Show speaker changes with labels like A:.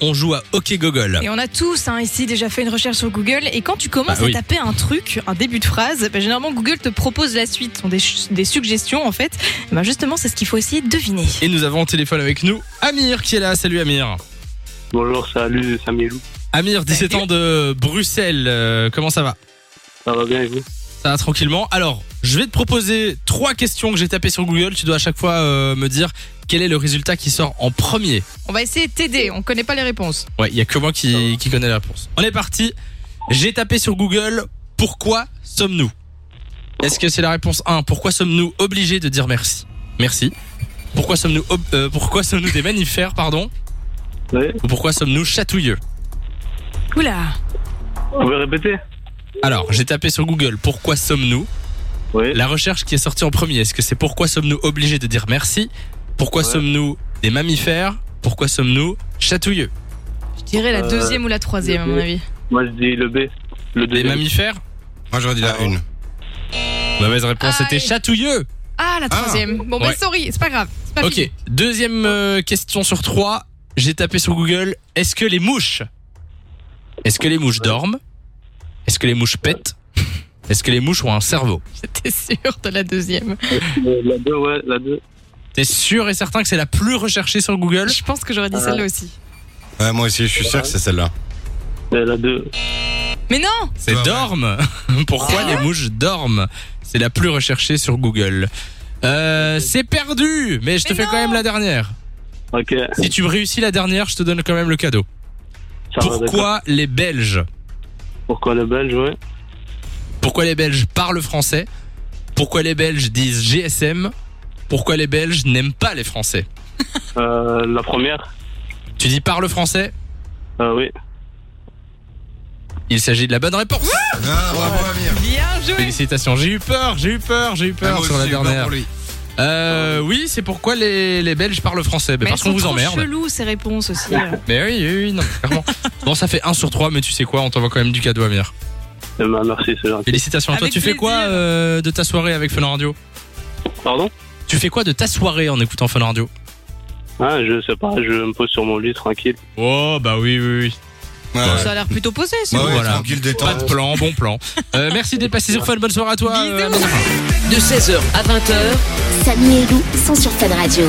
A: On joue à Hockey Gogol.
B: Et on a tous hein, ici déjà fait une recherche sur Google. Et quand tu commences
A: Bah oui.
B: à taper un truc, un début de phrase, bah, généralement Google te propose la suite, Ce sont des, ch- des suggestions en fait. Et bah, justement, c'est ce qu'il faut essayer de deviner.
A: Et nous avons au téléphone avec nous Amir qui est là. Salut Amir.
C: Bonjour, salut Samuelou.
A: Amir, 17
B: Salut.
A: ans de Bruxelles. euh, comment ça va
C: Ça va bien et vous
A: Ça va tranquillement. Alors, je vais te proposer trois questions que j'ai tapées sur Google. Tu dois à chaque fois euh, me dire quel est le résultat qui sort en premier.
B: On va essayer de t'aider, on connaît pas les réponses.
A: Ouais, il y a que moi
C: Ça
A: qui,
C: va.
A: qui connais la réponse. On est parti. J'ai tapé sur Google pourquoi sommes-nous Est-ce que c'est la réponse 1 Pourquoi sommes-nous obligés de dire merci Merci. Pourquoi sommes-nous ob- euh, pourquoi sommes-nous des mammifères pardon
C: Oui
A: ou pourquoi sommes-nous chatouilleux
B: Oula
C: Vous pouvez répéter
A: Alors, j'ai tapé sur Google pourquoi sommes-nous
C: Oui.
A: La recherche qui est sortie en premier, est-ce que c'est pourquoi sommes-nous obligés de dire merci Pourquoi
C: Ouais.
A: sommes-nous des mammifères Pourquoi sommes-nous chatouilleux
B: Je dirais la
C: Euh,
B: deuxième ou la troisième à mon
C: le-
B: avis.
C: Moi je dis le B. Le
A: Des
C: deuxième.
A: mammifères
D: Moi j'aurais dit la
C: Ah,
D: une.
A: Mauvaise réponse, c'était
B: Aïe.
A: chatouilleux
B: Ah, la
D: Ah.
B: troisième Bon, bah
A: Ouais.
B: sorry, c'est pas grave. C'est pas
A: Ok,
B: fini.
A: deuxième euh, question sur trois. J'ai tapé sur Google, est-ce que les mouches Est-ce que les mouches dorment Est-ce que les mouches pètent Est-ce que les mouches ont un cerveau
B: J'étais sûre de la deuxième.
C: Euh, La 2, ouais, la 2.
A: T'es sûr et certain que c'est la plus recherchée sur Google
B: Je pense que j'aurais dit
A: Ah.
C: Euh.
B: celle-là aussi.
D: Ouais, moi aussi, je suis sûr que c'est celle-là.
C: Euh, La 2.
B: Mais non
A: C'est
D: pas vrai.
A: dorment. Pourquoi
B: Ah
A: les mouches dorment C'est la plus recherchée sur Google. Euh, c'est perdu, mais je te
B: Mais
A: fais
B: non
A: quand même la dernière.
C: Ok,
A: Si tu réussis la dernière, je te donne quand même le cadeau.
C: ça va d'accord.
A: Pourquoi les Belges
C: Pourquoi le belge, ouais
A: Pourquoi les Belges parlent français Pourquoi les Belges disent GSM Pourquoi les Belges n'aiment pas les Français
C: euh, La première
A: Tu dis parle français
C: euh, Oui.
A: Il s'agit de la bonne réponse.
D: Ah, bravo Amir.
B: Bien joué
A: Félicitations, j'ai eu peur, j'ai eu peur, j'ai eu
D: Ah,
A: peur
D: moi
A: sur la
D: aussi, j'ai eu peur
A: dernière.
D: pour lui.
A: Euh, oui, c'est pourquoi les, les Belges parlent français. Ben,
B: Mais
A: parce
B: elles
A: qu'on
B: sont
A: vous
B: trop
A: emmerde.
B: chelou ces réponses aussi. hein.
A: Mais oui, oui, oui, non, clairement. bon, ça fait 1 sur 3, mais tu sais quoi, on t'envoie quand même du cadeau, Amir.
C: Eh ben, merci, c'est gentil.
A: Félicitations à toi.
B: Avec
A: Tu fais
B: plaisir.
A: quoi euh, de ta soirée avec Fun Radio
C: Pardon
A: Tu fais quoi de ta soirée en écoutant Fun Radio
C: ah, Je sais pas, je me pose sur mon lit tranquille.
A: Oh, bah oui, oui, oui.
D: Ouais, ouais.
B: Ça a l'air plutôt posé, ça.
D: Ouais, ouais,
A: voilà.
D: tranquille,
A: Pas
D: détente.
A: de plan, bon plan. Euh, merci d'être passé sur Fun, bonne soirée à toi. euh,
B: Bisous.
E: de 16h à 20h.
F: Samy et Lou sont sur Fun Radio.